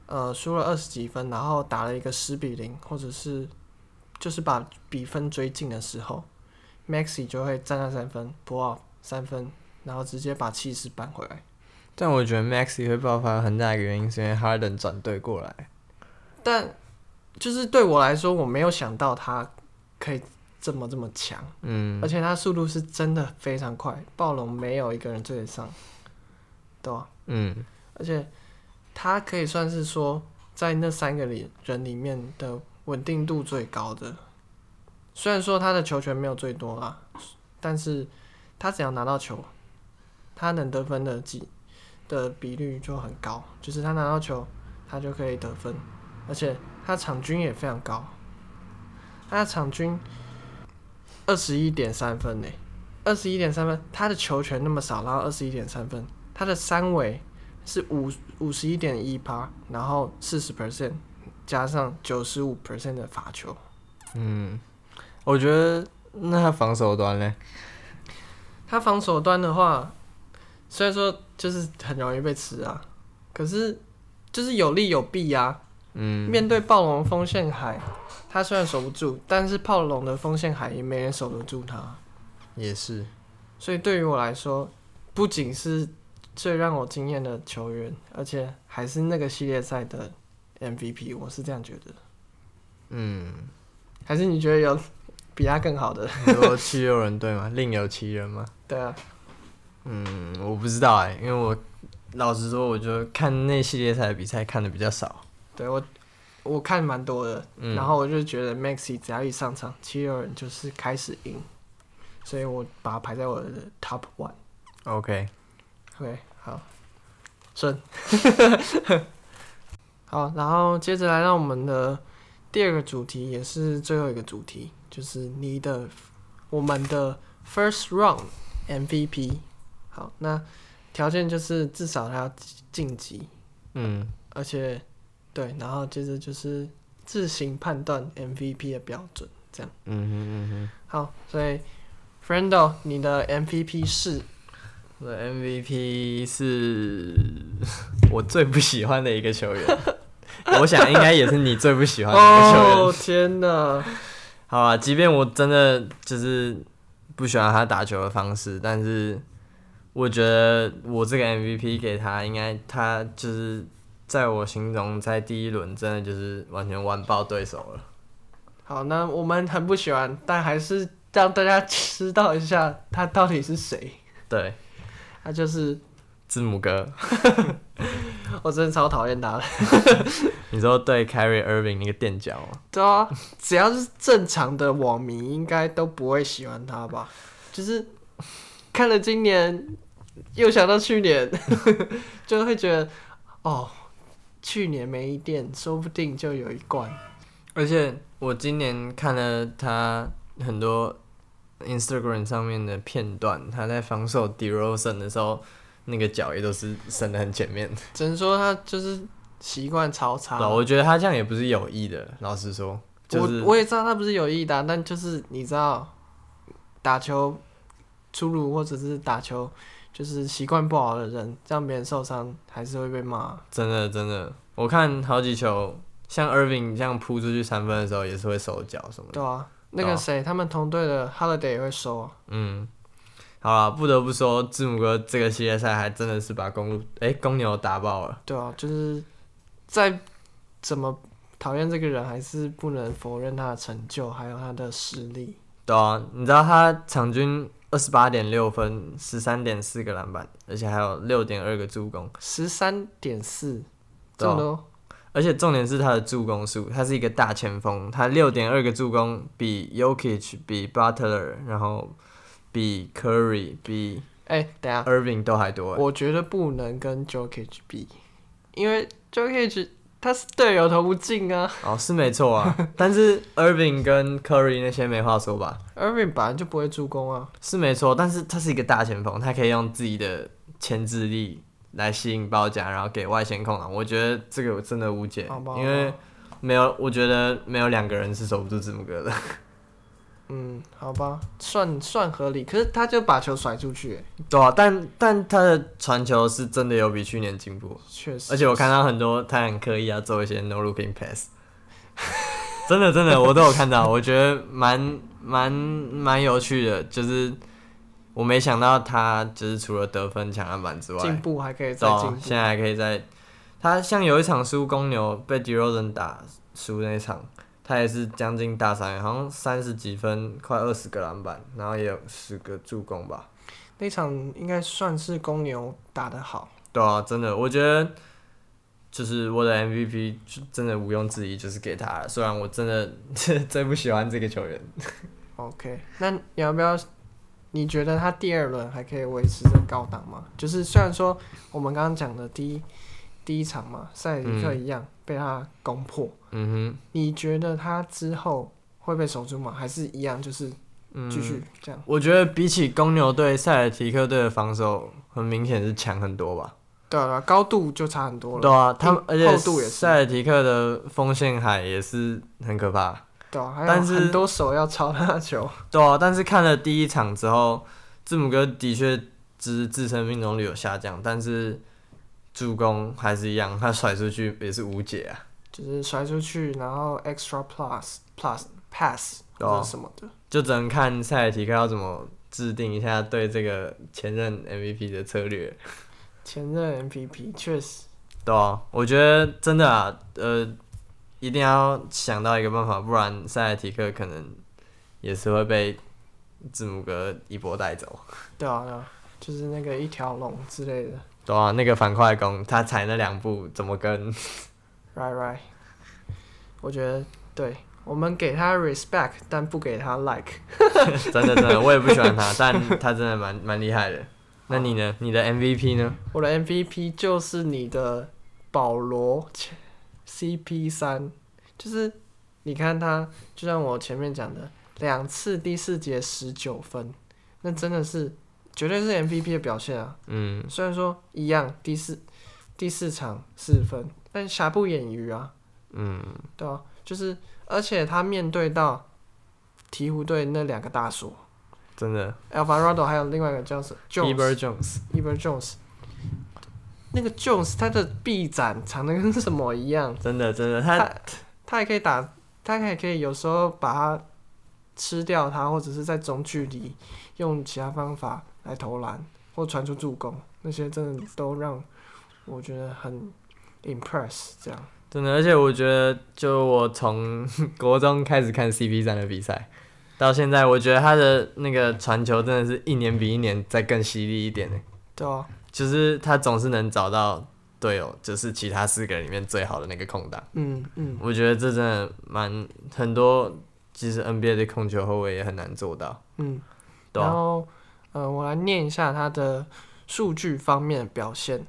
Speaker 1: 呃，输了二十几分，然后打了一个十比零，或者是就是把比分追进的时候，Maxi 就会站上三分 b l 三分，然后直接把气势扳回来。
Speaker 2: 但我觉得 Maxi 会爆发很大一个原因是因为 Harden 转队过来。
Speaker 1: 但就是对我来说，我没有想到他可以这么这么强，
Speaker 2: 嗯，
Speaker 1: 而且他速度是真的非常快，暴龙没有一个人追得上，对吧、
Speaker 2: 嗯，
Speaker 1: 而且他可以算是说在那三个里人里面的稳定度最高的，虽然说他的球权没有最多啦，但是他只要拿到球，他能得分的几的比率就很高，就是他拿到球，他就可以得分，而且他场均也非常高，他的场均二十一点三分呢、二十一点三分，他的球权那么少，然后二十一点三分，他的三围是五五十一点一趴，然后四十 percent 加上九十五 percent 的罚球，
Speaker 2: 嗯我觉得那他防守端呢？
Speaker 1: 他防守端的话，虽然说就是很容易被吃啊，可是就是有利有弊啊。
Speaker 2: 嗯，
Speaker 1: 面对暴龙的锋线海，他虽然守不住，但是暴龙的锋线海也没人守得住他。
Speaker 2: 也是。
Speaker 1: 所以对于我来说，不仅是最让我惊艳的球员，而且还是那个系列赛的 MVP，我是这样觉得。
Speaker 2: 嗯，
Speaker 1: 还是你觉得有比他更好的？
Speaker 2: 你说七六人队吗？ 另有其人吗？
Speaker 1: 对啊，
Speaker 2: 嗯，我不知道哎、因为我老实说，我就看那系列赛的比赛看的比较少。
Speaker 1: 对我我看蛮多的，
Speaker 2: 嗯，
Speaker 1: 然后我就觉得 Maxi 只要一上场，七六人就是开始赢，所以我把它排在我的 Top One。
Speaker 2: OK，
Speaker 1: OK，好，顺。 好，然后接着来到我们的第二个主题，也是最后一个主题，就是你的我们的 First Round MVP。好，那条件就是至少他要晋级，
Speaker 2: 嗯，
Speaker 1: 而且对，然后接着就是自行判断 MVP 的标准。
Speaker 2: 嗯嗯嗯
Speaker 1: 好，所以 Friendo，你的 MVP 是
Speaker 2: 哼，我的 MVP 是我最不喜欢的一个球 员，我想应该也是啊你最不喜欢的一个球员。
Speaker 1: 哦，天哪！
Speaker 2: 好啊，即便我真的就是不喜欢他打球的方式，但是我觉得我这个 MVP 给他，应该他就是在我心中，在第一轮真的就是完全完爆对手了。
Speaker 1: 好，那我们很不喜欢，但还是让大家知道一下他到底是谁。
Speaker 2: 对，
Speaker 1: 他就是
Speaker 2: 字母哥，
Speaker 1: 我真的超讨厌他的。
Speaker 2: 你说对 Carrie Irving 那个垫脚哦吗？
Speaker 1: 对啊，只要是正常的网迷，应该都不会喜欢他吧？就是看了今年，又想到去年， 就会觉得哦，去年没一店，说不定就有一罐。
Speaker 2: 而且我今年看了他很多 Instagram 上面的片段，他在防守 d e r o s o n 的时候，那个脚也都是伸的很前面。
Speaker 1: 只能说他就是习惯超差。
Speaker 2: 对，啊我觉得他这样也不是有意的，老实说，就是
Speaker 1: 我我也知道他不是有意的啊、但就是你知道，打球出入或者是打球就是习惯不好的人，让别人受伤还是会被骂。
Speaker 2: 真的真的，我看好几球，像 Irving 这样扑出去三分的时候，也是会手脚什么的。
Speaker 1: 对啊，那个谁，他们同队的 Holiday 也会收啊。
Speaker 2: 嗯，好啦，不得不说，字母哥这个系列赛还真的是把公路哎、公牛打爆了。
Speaker 1: 对啊，就是再怎么讨厌这个人，还是不能否认他的成就，还有他的实力。
Speaker 2: 对啊，你知道他场均二十八点六分，十三点四个篮板，而且还有六点二个助攻，
Speaker 1: 十三点四，这
Speaker 2: 对啊
Speaker 1: 么多，
Speaker 2: 而且重点是他的助攻数，他是一个大前锋，他六点二个助攻比 Yokich、比 Butler，然后比 Curry、比
Speaker 1: 哎、等一下，
Speaker 2: Irving 都还多欸。
Speaker 1: 我觉得不能跟 Jokic 比，因为 Jokic 他是队友投不进啊
Speaker 2: 哦，是没错啊， 但是 Irving 跟 Curry 那些没话说吧？
Speaker 1: ，Irving 本来就不会助攻啊。
Speaker 2: 是没错，但是他是一个大前锋，他可以用自己的牵制力来吸引包夹，然后给外线控啊。我觉得这个我真的无解
Speaker 1: 好吧，
Speaker 2: 因为没有，我觉得没有两个人是守不住字母哥的。
Speaker 1: 嗯，好吧，算算合理，可是他就把球甩出去、哎
Speaker 2: 对啊，但 但他的传球是真的有比去年进步，啊
Speaker 1: 确实。
Speaker 2: 而且我看到很多他很刻意要做一些 no looking pass，真的真的我都有看到，我觉得蛮蛮蛮有趣的，就是我没想到他就是除了得分抢篮板之外，啊
Speaker 1: 进步还可以再
Speaker 2: 到
Speaker 1: 进步。
Speaker 2: 现在还可以在他像有一场输公牛被 d e r o z n 打输那一场，他也是将近大三元，好像三十几分，快二十个篮板，然后也有十个助攻吧。
Speaker 1: 那场应该算是公牛打得好，
Speaker 2: 对啊，真的，我觉得就是我的 MVP 就真的毋庸置疑，就是给他了。虽然我真的 最不喜欢这个球员，
Speaker 1: OK，那你要不要？你觉得他第二轮还可以维持这高档吗？就是虽然说我们刚刚讲的第一第一场嘛，塞尔迪克一样、被他攻破，
Speaker 2: 嗯
Speaker 1: 你觉得他之后会被守住吗？还是一样就是
Speaker 2: 哼，
Speaker 1: 继续这样？
Speaker 2: 嗯。我觉得比起公牛队、塞尔提克队的防守，很明显是强很多吧。
Speaker 1: 对啊，对啊高度就差很多了，
Speaker 2: 对啊，他们
Speaker 1: 硬
Speaker 2: 而且
Speaker 1: 厚度也是
Speaker 2: 塞尔提克的锋线海也是很可怕。
Speaker 1: 对啊，还有
Speaker 2: 但是
Speaker 1: 很多手要抄他的球，
Speaker 2: 对啊，但是看了第一场之后，字母哥的确只自身命中率有下降，但是助攻还是一样，他甩出去也是无解啊。
Speaker 1: 就是甩出去，然后 extra plus plus pass
Speaker 2: 对啊
Speaker 1: 或者什么的。
Speaker 2: 就只能看塞尔提克要怎么制定一下对这个前任 MVP 的策略。
Speaker 1: 前任 MVP 确实，
Speaker 2: 对啊，我觉得真的啊，呃，一定要想到一个办法，不然塞尔提克可能也是会被字母哥一波带走。
Speaker 1: 对啊，对啊，就是那个一条龙之类的。
Speaker 2: 对啊，那个反快攻，他踩那两步怎么跟？
Speaker 1: Right, right。我觉得对，我们给他 respect，但不给他 like。
Speaker 2: 真的真的，我也不喜欢他，但他真的蛮蛮厉害的。那你呢？你的 MVP 呢？
Speaker 1: 我的 MVP 就是你的保罗 CP 三，就是你看他，就像我前面讲的，两次第四节十九分，那真的是绝对是 MVP 的表现啊！
Speaker 2: 嗯，
Speaker 1: 虽然说一样第四第四场四分，但瑕不掩瑜啊。
Speaker 2: 嗯，
Speaker 1: 对啊，就是而且他面对到鹈鹕队那两个大锁
Speaker 2: 真的。
Speaker 1: Alvarado，还有另外一个叫什
Speaker 2: e b e r
Speaker 1: Jones
Speaker 2: Jones，
Speaker 1: Eber Jones，那个 Jones 他的臂展长得跟什么一样，
Speaker 2: 真的真的，他
Speaker 1: 他他还可以打，他还可以有时候把它吃掉它，或者是在中距离用其他方法来投篮或传出助攻，那些真的都让我觉得很 impress 这样。
Speaker 2: 真的，而且我觉得，就我从 国中开始看 CP 三的比赛，到现在，我觉得他的那个传球真的是一年比一年再更犀利一点呢。
Speaker 1: 对啊，
Speaker 2: 就是他总是能找到队友，就是其他四个人里面最好的那个空档。
Speaker 1: 嗯嗯，
Speaker 2: 我觉得这真的蛮很多，其实 NBA 的控球后卫也很难做到，
Speaker 1: 嗯，
Speaker 2: 对
Speaker 1: 然
Speaker 2: 啊，
Speaker 1: 后呃，我来念一下他的数据方面的表现，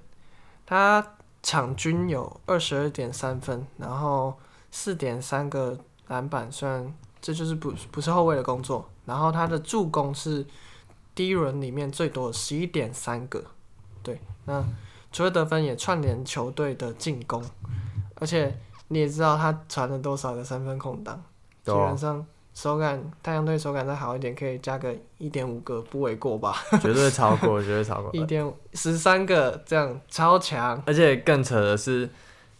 Speaker 1: 他场均有二十二点三分，然后四点三个篮板，虽然这就是不不是后卫的工作，然后他的助攻是第一轮里面最多十一点三个，对，那除了得分也串联球队的进攻，而且你也知道他传了多少个三分空档。基
Speaker 2: 对啊
Speaker 1: 本上手感太阳队手感再好一点，可以加个一点五个不为过吧？
Speaker 2: 绝对超过，绝对 超过。
Speaker 1: 一点十三个这样超强，
Speaker 2: 而且更扯的是，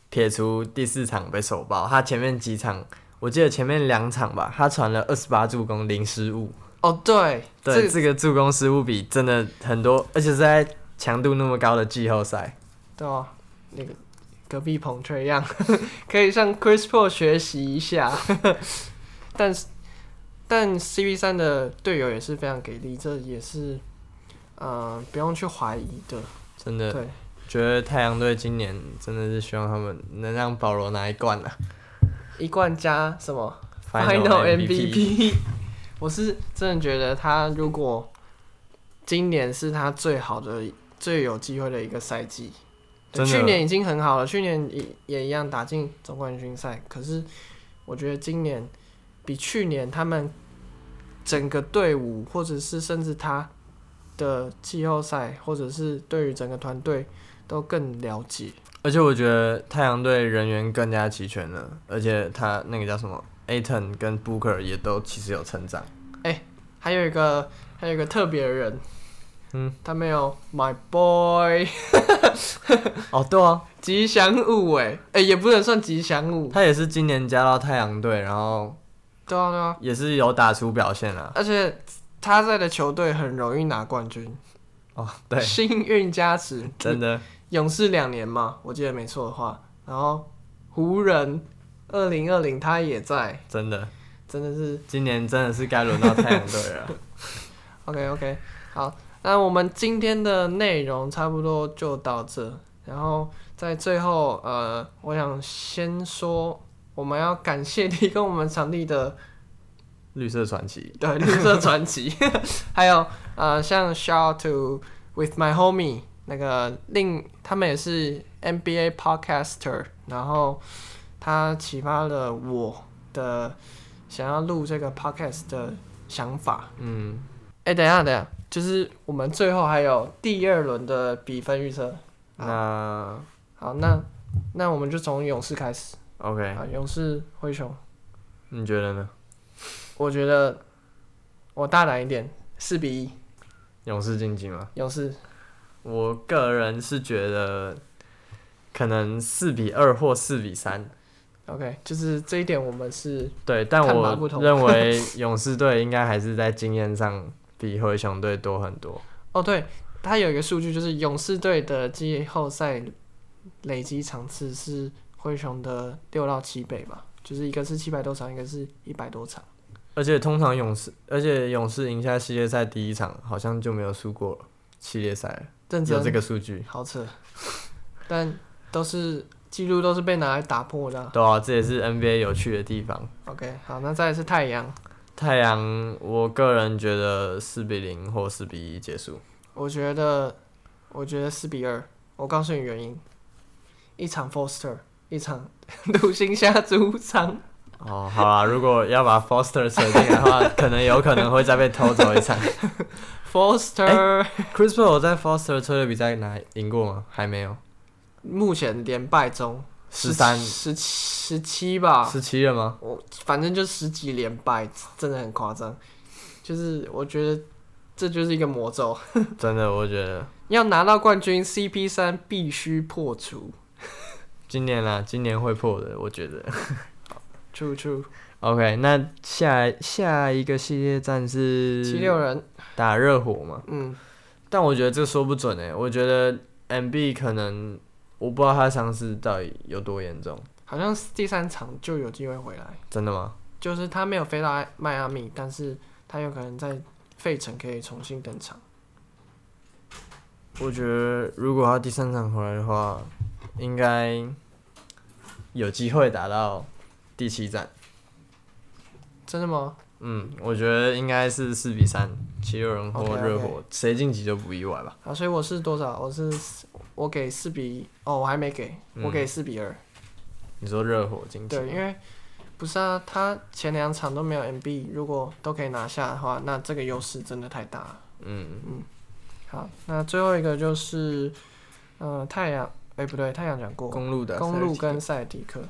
Speaker 2: 撇除第四场被手爆，他前面几场，我记得前面两场吧，他传了二十八助攻零失误。
Speaker 1: 哦，对，
Speaker 2: 对，
Speaker 1: 这
Speaker 2: 这个助攻失误比真的很多，而且是在强度那么高的季后赛。
Speaker 1: 对哦，那个隔壁捧吹一样， 可以向 Chris Paul 学习一下。 但是，但 CP 三的队友也是非常给力，这也是呃不用去怀疑的。
Speaker 2: 真的
Speaker 1: 对，
Speaker 2: 觉得太阳队今年真的是希望他们能让保罗拿一冠啊
Speaker 1: 一冠加什么？
Speaker 2: Final MVP，
Speaker 1: MVP。我 是真的觉得他如果今年是他最好的、最有机会的一个赛季。对
Speaker 2: 真的
Speaker 1: 去年已经很好了，去年也也一样打进总冠军赛。可是我觉得今年比去年他们整个队伍，或者是甚至他的季后赛，或者是对于整个团队都更了解。
Speaker 2: 而且我觉得太阳队人员更加齐全了，而且他那个叫什么 Aton 跟 Booker 也都其实有成长。
Speaker 1: 还有一个还有一个特别的人，
Speaker 2: 嗯，
Speaker 1: 他没有 My Boy。
Speaker 2: 哦，对啊，
Speaker 1: 吉祥物哎、哎、也不能算吉祥物，
Speaker 2: 他也是今年加到太阳队，然后
Speaker 1: 对啊对啊，
Speaker 2: 也是有打出表现啦。
Speaker 1: 而且他在的球队很容易拿冠军，
Speaker 2: 哦，对，
Speaker 1: 幸运加持，
Speaker 2: 真的
Speaker 1: 勇士两年嘛，我记得没错的话，然后湖人二零二零他也在，
Speaker 2: 真的，
Speaker 1: 真的是
Speaker 2: 今年真的是该轮到太阳队了啊。
Speaker 1: OK OK，好，那我们今天的内容差不多就到这。然后在最后，呃，我想先说，我们要感谢提供我们场地的
Speaker 2: 绿色传奇，
Speaker 1: 对，绿色传奇， 还有呃，像 Shout to With My Homie 那个另，他们也是 NBA podcaster，然后他启发了我的想要录这个 podcast 的想法。
Speaker 2: 嗯，
Speaker 1: 哎、等一下，等一下，就是我们最后还有第二轮的比分预测。
Speaker 2: 那
Speaker 1: 好，那那我们就从勇士开始
Speaker 2: OK，
Speaker 1: 啊，勇士灰熊，
Speaker 2: 你觉得呢？
Speaker 1: 我觉得我大胆一点，四比一，
Speaker 2: 勇士晋级吗？
Speaker 1: 勇士。
Speaker 2: 我个人是觉得可能四比二或四比三，
Speaker 1: OK，就是这一点我们是
Speaker 2: 对，但
Speaker 1: 看法不
Speaker 2: 我
Speaker 1: 同
Speaker 2: 认为勇士队应该还是在经验上比灰熊队多很多。
Speaker 1: 哦，对，他有一个数据就是勇士队的季后赛累积场次是灰熊的六到七倍吧，就是一个是七百多场，一个是一百多场。
Speaker 2: 而且通常勇士，而且勇士赢下系列赛第一场，好像就没有输过系列赛了，
Speaker 1: 认
Speaker 2: 有
Speaker 1: 真，
Speaker 2: 这个数据。
Speaker 1: 好扯，但都是记录都是被拿来打破的啊、
Speaker 2: 对啊，这也是 NBA 有趣的地方。
Speaker 1: OK，好，那再来是太阳，
Speaker 2: 太阳，我个人觉得四比零或四比一结束。
Speaker 1: 我觉得我觉得四比二，我告诉你原因，一场 Foster，一场 独行侠主场。
Speaker 2: 哦，好啦，如果要把 Foster 扯进来的话，可能有可能会再被偷走一场。
Speaker 1: Foster，、
Speaker 2: Chris Paul 有在 Foster 策略比赛拿赢过吗？还没有，
Speaker 1: 目前连败中，
Speaker 2: 十三、
Speaker 1: 十七、十七吧，
Speaker 2: 十七了吗？
Speaker 1: 我反正就十几连败，真的很夸张。就是我觉得这就是一个魔咒，
Speaker 2: 真的，我觉得
Speaker 1: 要拿到冠军，CP 三必须破除。
Speaker 2: 今年啦，今年会破的，我觉得。
Speaker 1: True True，
Speaker 2: OK，那下下一个系列战
Speaker 1: 七
Speaker 2: 是
Speaker 1: 六人，
Speaker 2: 打热火嘛？
Speaker 1: 嗯，
Speaker 2: 但我觉得这说不准诶、我觉得 MB 可能我不知道他伤势到底有多严重，
Speaker 1: 好像是第三场就有机会回来，
Speaker 2: 真的吗？
Speaker 1: 就是他没有飞到迈阿密，但是他有可能在费城可以重新登场。
Speaker 2: 我觉得如果他第三场回来的话，应该有机会打到第七战。
Speaker 1: 真的吗？
Speaker 2: 嗯，我觉得应该是四比三，七六人或
Speaker 1: OK，OK
Speaker 2: 热火，谁晋级就不意外吧。
Speaker 1: 啊，所以我是多少？我是我给四比哦，我还没给，我
Speaker 2: 嗯
Speaker 1: 给四比二、
Speaker 2: 你说热火晋级吗，
Speaker 1: 对，因为不是啊，他前两场都没有 MB，如果都可以拿下的话，那这个优势真的太大了。
Speaker 2: 嗯，
Speaker 1: 好，那最后一个就是，呃，太阳，哎、不对，太阳讲过，
Speaker 2: 公路啊的
Speaker 1: 公路跟塞尔迪克，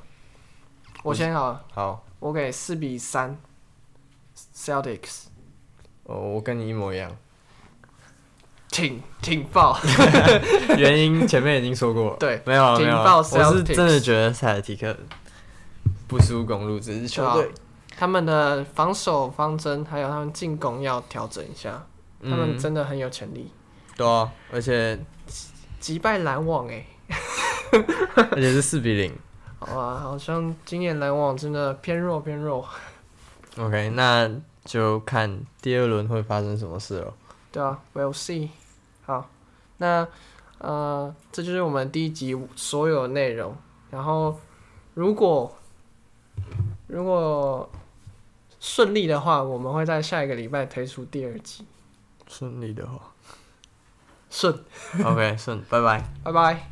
Speaker 1: 我先好了，
Speaker 2: 好，
Speaker 1: 我给四比三，Celtics，
Speaker 2: 哦，我跟你一模一样，
Speaker 1: 挺挺 爆，
Speaker 2: 原因前面已经说过 了。
Speaker 1: 对，
Speaker 2: 没有啊没有
Speaker 1: 警
Speaker 2: 啊，
Speaker 1: 报
Speaker 2: 我是
Speaker 1: Celtics
Speaker 2: 真的觉得塞尔提克不输公路这支
Speaker 1: 啊
Speaker 2: 球队，
Speaker 1: 他们的防守方针还有他们进攻要调整一下，他们
Speaker 2: 嗯
Speaker 1: 真的很有潜力，
Speaker 2: 对啊，而且
Speaker 1: 击败篮网哎、
Speaker 2: 而且是四比零。
Speaker 1: 好啊，好像今年篮网真的偏弱偏弱，
Speaker 2: OK，那就看第二轮会发生什么事了。
Speaker 1: 对啊，We'll see。好，那呃，这就是我们第一集所有的内容。然后，如果如果顺利的话，我们会在下一个礼拜推出第二集。
Speaker 2: 顺利的话
Speaker 1: 顺，
Speaker 2: ，OK，顺，拜拜。
Speaker 1: 拜拜。